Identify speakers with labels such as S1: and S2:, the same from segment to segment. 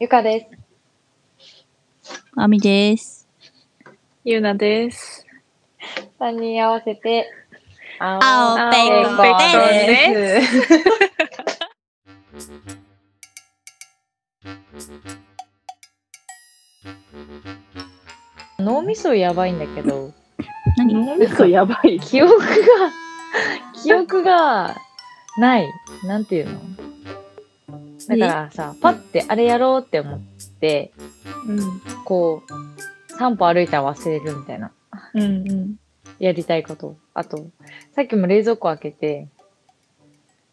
S1: ゆかです。
S2: あみです。
S3: ゆうなです。
S1: 3人合わせて、青
S2: 青
S3: ペンコで
S1: で。
S3: す
S1: 脳みそやばいんだけど、
S2: 何
S3: 脳みそやば い。
S1: 記憶が、記憶がない。なんていうのだからさ、パッてあれやろうって思って、
S3: うん。
S1: こう、散歩歩いたら忘れるみたいな。
S3: うんうん。
S1: やりたいこと。あと、さっきも冷蔵庫開けて、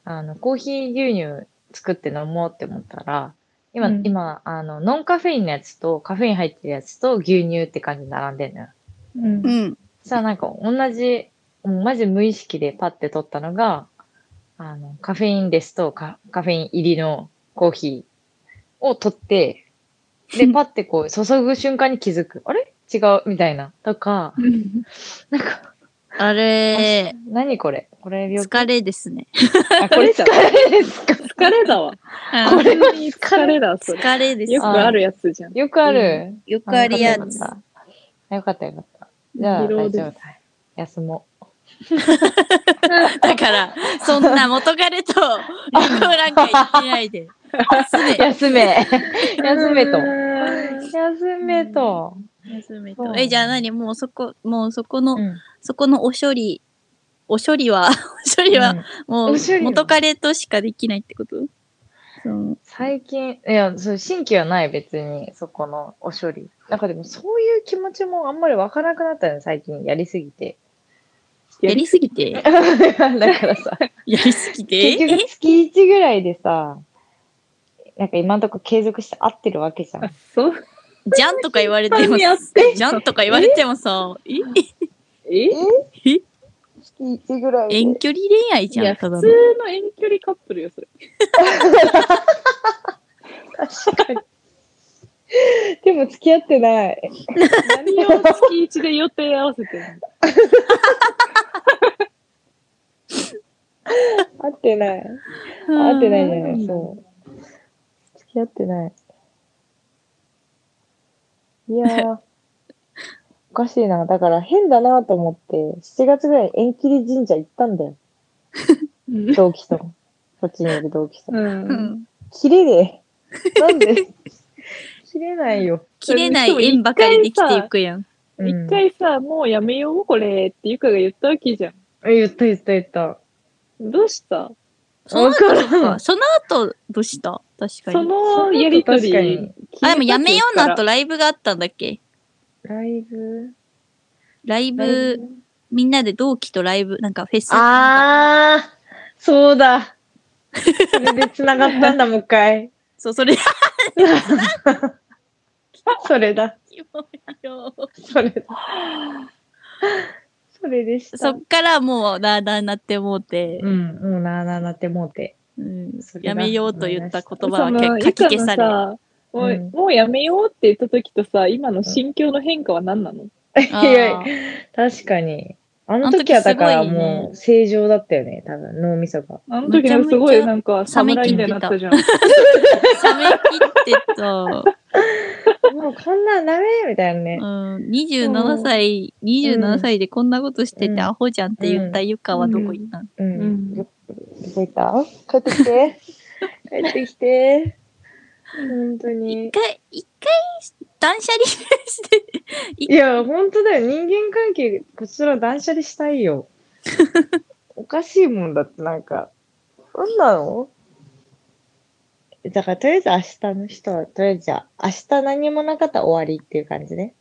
S1: あの、コーヒー牛乳作って飲もうって思ったら、今、
S3: うん
S1: 今、あの、ノンカフェインのやつと、カフェイン入ってるやつと、牛乳って感じに並んでんのよ。
S3: うん
S2: う。ん。
S1: さあ、なんか、同じ、もうマジ無意識でパッて取ったのが、あの、カフェインレスとカカフェイン入りのコーヒーを取って、 で、パッてこう、注ぐ瞬間に気づく。あれ違うみたいな。とか、なんか、
S2: あれ、
S1: 何これこれ病気
S2: 疲れですね。
S1: あこれ疲れですか
S3: 疲れだわ。
S1: これは疲
S3: 疲
S1: れ。
S3: れだ、それ。
S2: 疲れです
S3: よく
S2: ね。
S3: あるやつじゃん。
S1: よくある。
S2: よくあるや
S1: よ
S2: つ。
S1: かったよかったよかった。じゃあ、
S3: 疲労で
S1: 大
S3: す
S1: 丈夫だ。休も
S2: だから、そんな元彼と旅行なんか行ってないで。す
S1: う。
S2: ね。
S1: 休 め休めと
S3: う。ーん
S1: 休めと。
S2: 休め
S1: そう
S2: と。え、じゃあ何もうそこ、もうそこの、
S1: うん
S2: そこのお処理、お処理は、お処理は、も
S1: お
S2: う
S1: 処理は
S2: 元彼としかできないってことそう。
S1: 最近、いや、そう新規はない、別に、そこのお処理。なんかでも、そういう気持ちもあんまりわからなくなったね、最近、やりすぎて。
S2: やりすぎて
S1: だ、からさ、
S2: やりすぎて、
S1: 結局月1ぐらいでさ、なんか今んとこ継続して合ってるわけじゃん。
S3: そう。
S2: じゃんとか言われても
S3: やって
S2: じゃんとか言われてもさ、え
S3: え
S1: 月1ぐらいで。
S2: 遠距離恋愛
S3: い
S2: じゃ
S3: や、
S2: ん、た
S3: 普
S2: だの
S3: 通。の遠距離カップルよ、それ。
S1: 確かに。でも付き合ってない。
S3: 何を月一で予定合わせてる
S1: 会ってない。会ってないじゃない。そう。付き合ってない。いや ー。おかしいな。だから変だなと思って、7月ぐらいに遠切り神社行ったんだよ。
S3: の
S1: 同期と。こっちにいる同期と。
S3: うん。
S2: う
S3: うん。
S2: ん。
S1: 切れねえ。なんで 切れないよ。
S2: 切れない縁ばかりできていくやん。
S1: う
S3: 一
S1: ん、
S3: 回さ、もうやめよう、これってゆかが言ったわけじゃん。
S1: 言った言った言った。
S3: どうした
S2: その後
S1: わから
S2: か
S1: ん
S2: その後、どうした確か
S3: そ
S2: に。
S3: のやりと
S1: 確かに
S3: り。
S2: あ、でもやめようの後
S3: ら。
S2: ライブがあったんだっけ
S1: ライブ
S2: ライブ、みんなで同期とライブ、なんかフェス。
S1: ああ、そうだ。それで繋がったんだ、もう一回。
S2: そう、それ、
S1: それだ。それだ。それでした。
S2: そっからもう、なあなあなってもうて
S1: う、ん、もうなあなあなってもうて。
S2: うん
S1: それだ
S2: やめようと言った言葉
S3: そ
S2: は
S3: の
S2: け書き消さ
S3: ゆか
S2: れ。
S3: のさもう、
S1: うん
S3: もうやめようって言った時とさ、今の心境の変化は何なの、
S1: いや、確かに。あの時はだからもう正常だったよね、多分脳みそが。
S3: あの時のすご
S2: めちゃめち
S3: い
S2: ゃ
S3: なんか
S2: 冷め
S3: 侍
S2: き
S3: み
S2: って
S3: た
S2: た
S3: いになったじゃん。
S2: 冷め切ってた。
S1: もうこんなんダメみたいなね。
S2: うん、27歳、27歳でこんなことして
S1: うん
S2: てアホじゃんって言ったゆかはどこ行ったの
S3: う
S1: う。
S3: んん
S1: どこ行った帰ってきて。帰ってきて。本当に
S2: 一。回、一回、断捨離して、
S1: いや、本当だよ。人間関係、こちら断捨離した いよ。おかしいもんだって、なんか。なんなのだから、とりあえず明日の人は、とりあえずじゃあ、明日何もなかったら終わりっていう感じね。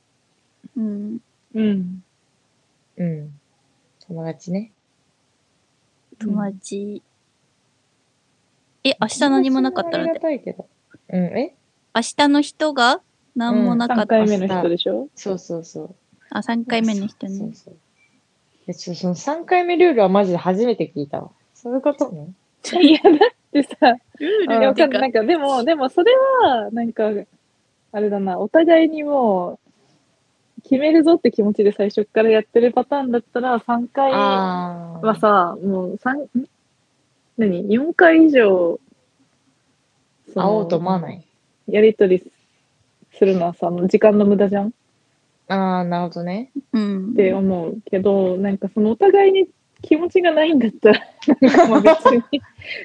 S2: うん、
S3: うん。
S1: うん。友達ね。
S2: 友達。え、明日何もなかったら
S1: 友達も
S2: っ
S1: あり
S2: て。
S1: がたいけど。うん、え
S2: 明日の人が何もなか
S3: 3
S2: った。
S3: 回目の人でしょ
S1: そうそうそう。
S2: あ、3回目の人
S1: そう
S2: ね。
S1: そう。でちょその3回目ルールはマジで初めて聞いたわ。そういうことね。
S3: いや、だってさ、
S2: ル
S1: ー
S3: い
S1: ル
S3: や
S2: が
S3: わかんないなんかでも、でもそれは、なんか、あれだな、お互いにもう、決めるぞって気持ちで最初からやってるパターンだったら、3回は
S1: ああ。
S3: さ、もう三ん何 ?4 回以上、その
S1: 会おうと思わない。
S3: やりとりするのはさ、もう時間の無駄じゃんっ
S1: ああ、なるほどね。
S2: うん。
S3: て思うけど、なんかそのお互いに気持ちがないんだったら、なんかもう別に、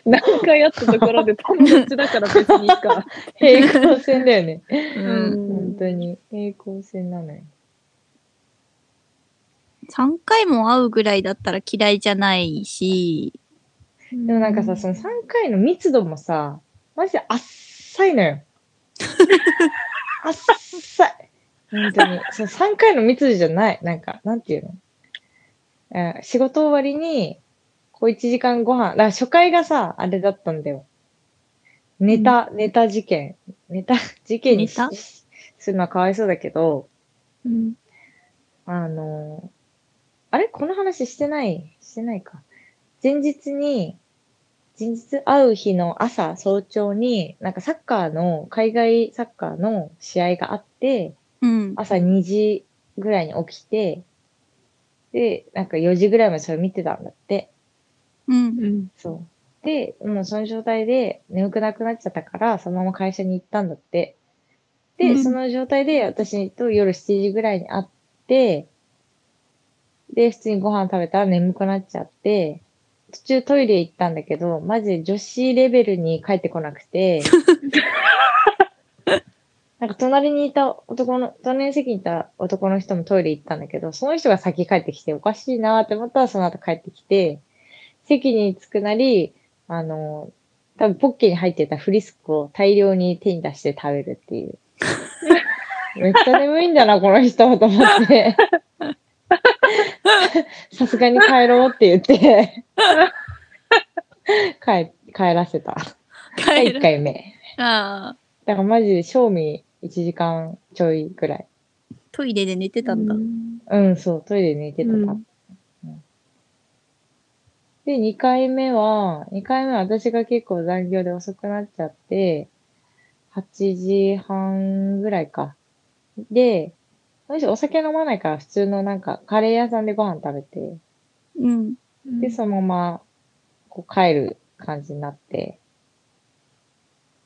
S3: 何回やったところで友達だから別にいいか。
S1: 平行線だよね。
S2: うん
S1: 本当に。平行線なのよ。
S2: 3回も会うぐらいだったら嫌いじゃないし、
S1: で
S3: で
S1: もなんかさ、その3回の密度もさ、マジであっさいのよ。あっさい。本当に。その3回の密度じゃない。なんか、なんていうのあ仕事終わりに、こう1時間ご飯、だから初回がさ、あれだったんだよ。ネタ、ネタ事件。ネタ、事件にし
S2: ネタ
S1: しするのはかわいそうだけど、
S3: うん、
S1: あの、あれこの話してないしてないか。前日に、前日会う日の朝、早朝に、なんかサッカーの、海外サッカーの試合があって、
S2: うん。
S1: 朝2時ぐらいに起きて、で、なんか4時ぐらいまでそれ見てたんだって。
S2: うん。
S3: うん、
S1: そう。で、もうその状態で眠くなくなっちゃったから、そのまま会社に行ったんだって。で、
S2: うん
S1: その状態で私と夜7時ぐらいに会って、で、普通にご飯食べたら眠くなっちゃって、途中トイレ行ったんだけど、マジで女子レベルに帰ってこなく て、なんか隣にいた男の、隣の席にいた男の人もトイレ行ったんだけど、その人が先帰ってきておかしいなーって思ったらその後帰ってきて、席に着くなり、あの、多分ポッケに入ってたフリスクを大量に手に出して食べるって いう。めっちゃ眠いんだな、この人と 思って。さすがに帰ろうって言って、帰、帰らせた。
S2: 帰
S1: 1
S2: る。
S1: 回目。
S2: ああ、
S1: だからマジで賞味1時間ちょいぐらい。
S2: トイレで寝てたんだ。
S1: うん、そう、トイレで寝てた、
S3: うん
S1: 多分うんで、2回目は、2回目は私が結構残業で遅くなっちゃって、8時半ぐらいか。で、その人お酒飲まないから普通のなんかカレー屋さんでご飯食べて、
S2: うん。
S3: うん
S1: で、そのまま、こう帰る感じになって、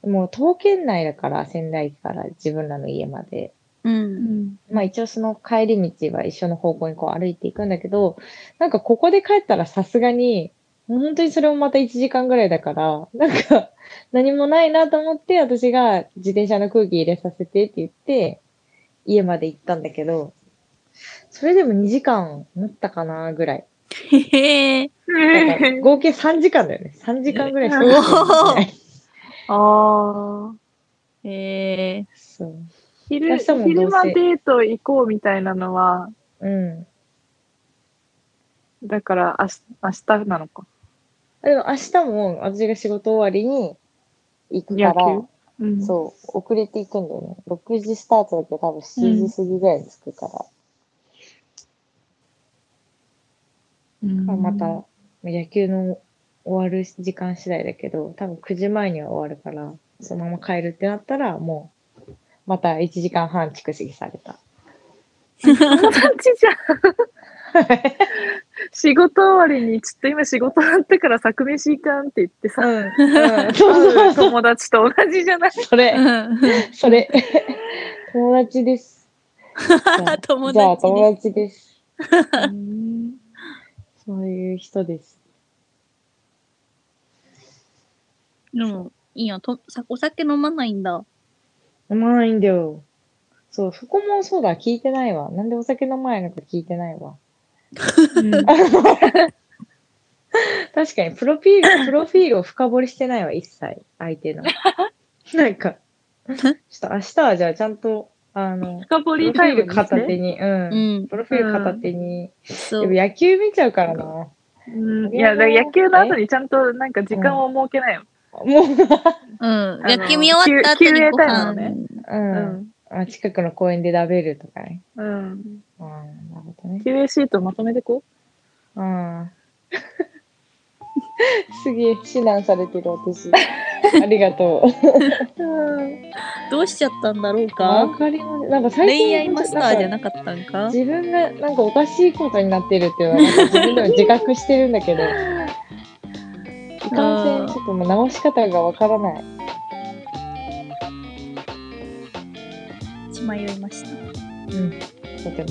S1: もう東県内だから、仙台駅から自分らの家まで。
S2: う。
S3: うんん
S1: まあ一応その帰り道は一緒の方向にこう歩いていくんだけど、なんかここで帰ったらさすがに、本当にそれもまた1時間ぐらいだから、なんか何もないなと思って私が自転車の空気入れさせてって言って、家まで行ったんだけど、それでも2時間持ったかなぐらい。
S2: へへ
S1: だから合計3時間だよね。3時間ぐらいしか
S2: うわ
S1: 持ってない。
S3: ああ。
S2: ー。へー。
S1: そう。明
S3: 昼
S1: 日もどうせ
S3: 昼間デート行こうみたいなのは、
S1: うん。
S3: だから明日明日なのか。
S1: でも明日も私が仕事終わりに行くから、
S3: 野球うん
S1: そう、遅れていくんだよね。6時スタートだけど多分7時過ぎぐらいに着くから、
S3: うん
S1: まあまた野球の終わる時間次第だけど、多分9時前には終わるから、そのまま帰るってなったら、もう、また1時間半蓄積され た。
S3: 友達じゃん。仕事終わりに、ちょっと今仕事だったから作飯行かんって言ってさ、
S1: ん。うん、そうそうそう。
S3: 友達と同じじゃない。
S1: それ、
S2: うん
S1: それ。 友達 です。
S2: 友
S1: じゃあ
S2: 達で
S1: 友達です。そういう人です。
S2: す。でも、いいやとさ、お酒飲まないんだ。
S1: 飲まないんだよ。そう、そこもそうだ、聞いてないわ。なんでお酒飲まないのか聞いてないわ。 確かに、プロフィール、プロフィールを深掘りしてないわ、一切、相手 の。なんか、ちょっと明日はじゃあちゃんと、あの、
S3: 深掘
S1: プロ
S3: り
S1: フ
S3: タイ
S1: ィー
S3: ム
S1: ル
S3: に
S1: 片手
S3: して。
S1: に、う。
S2: うんん。
S1: プロフィール片手に。
S2: そ
S1: でも
S2: う。
S1: 野球見ちゃうからな。も
S3: うんいや、だから野球の後にちゃんとなんか時間を設けないよ。
S1: う、
S2: うん。
S3: の
S2: 野球見終わった後
S3: 休
S2: に
S3: 休
S2: ご
S3: 憩
S2: 飯
S3: タイムのね。
S1: う。
S3: うんん。
S1: あ近くの公園で食べるとかね。
S3: うん。
S1: うん、なるほどね。
S3: QA シートまとめてこ
S1: うん。すげえ、指南されてる 私。ありがとう。
S3: う。うん。
S2: どうしちゃったんだろう
S1: わ
S2: か
S1: かります。なんか最近
S2: 恋愛マスターじゃなかったんか
S1: 自分がなんかおかしいことになってるっていうのはなんか自分でも自覚してるんだけどいかんせんちょっともう直し方がわからない
S4: 迷いました。
S2: うん、とても。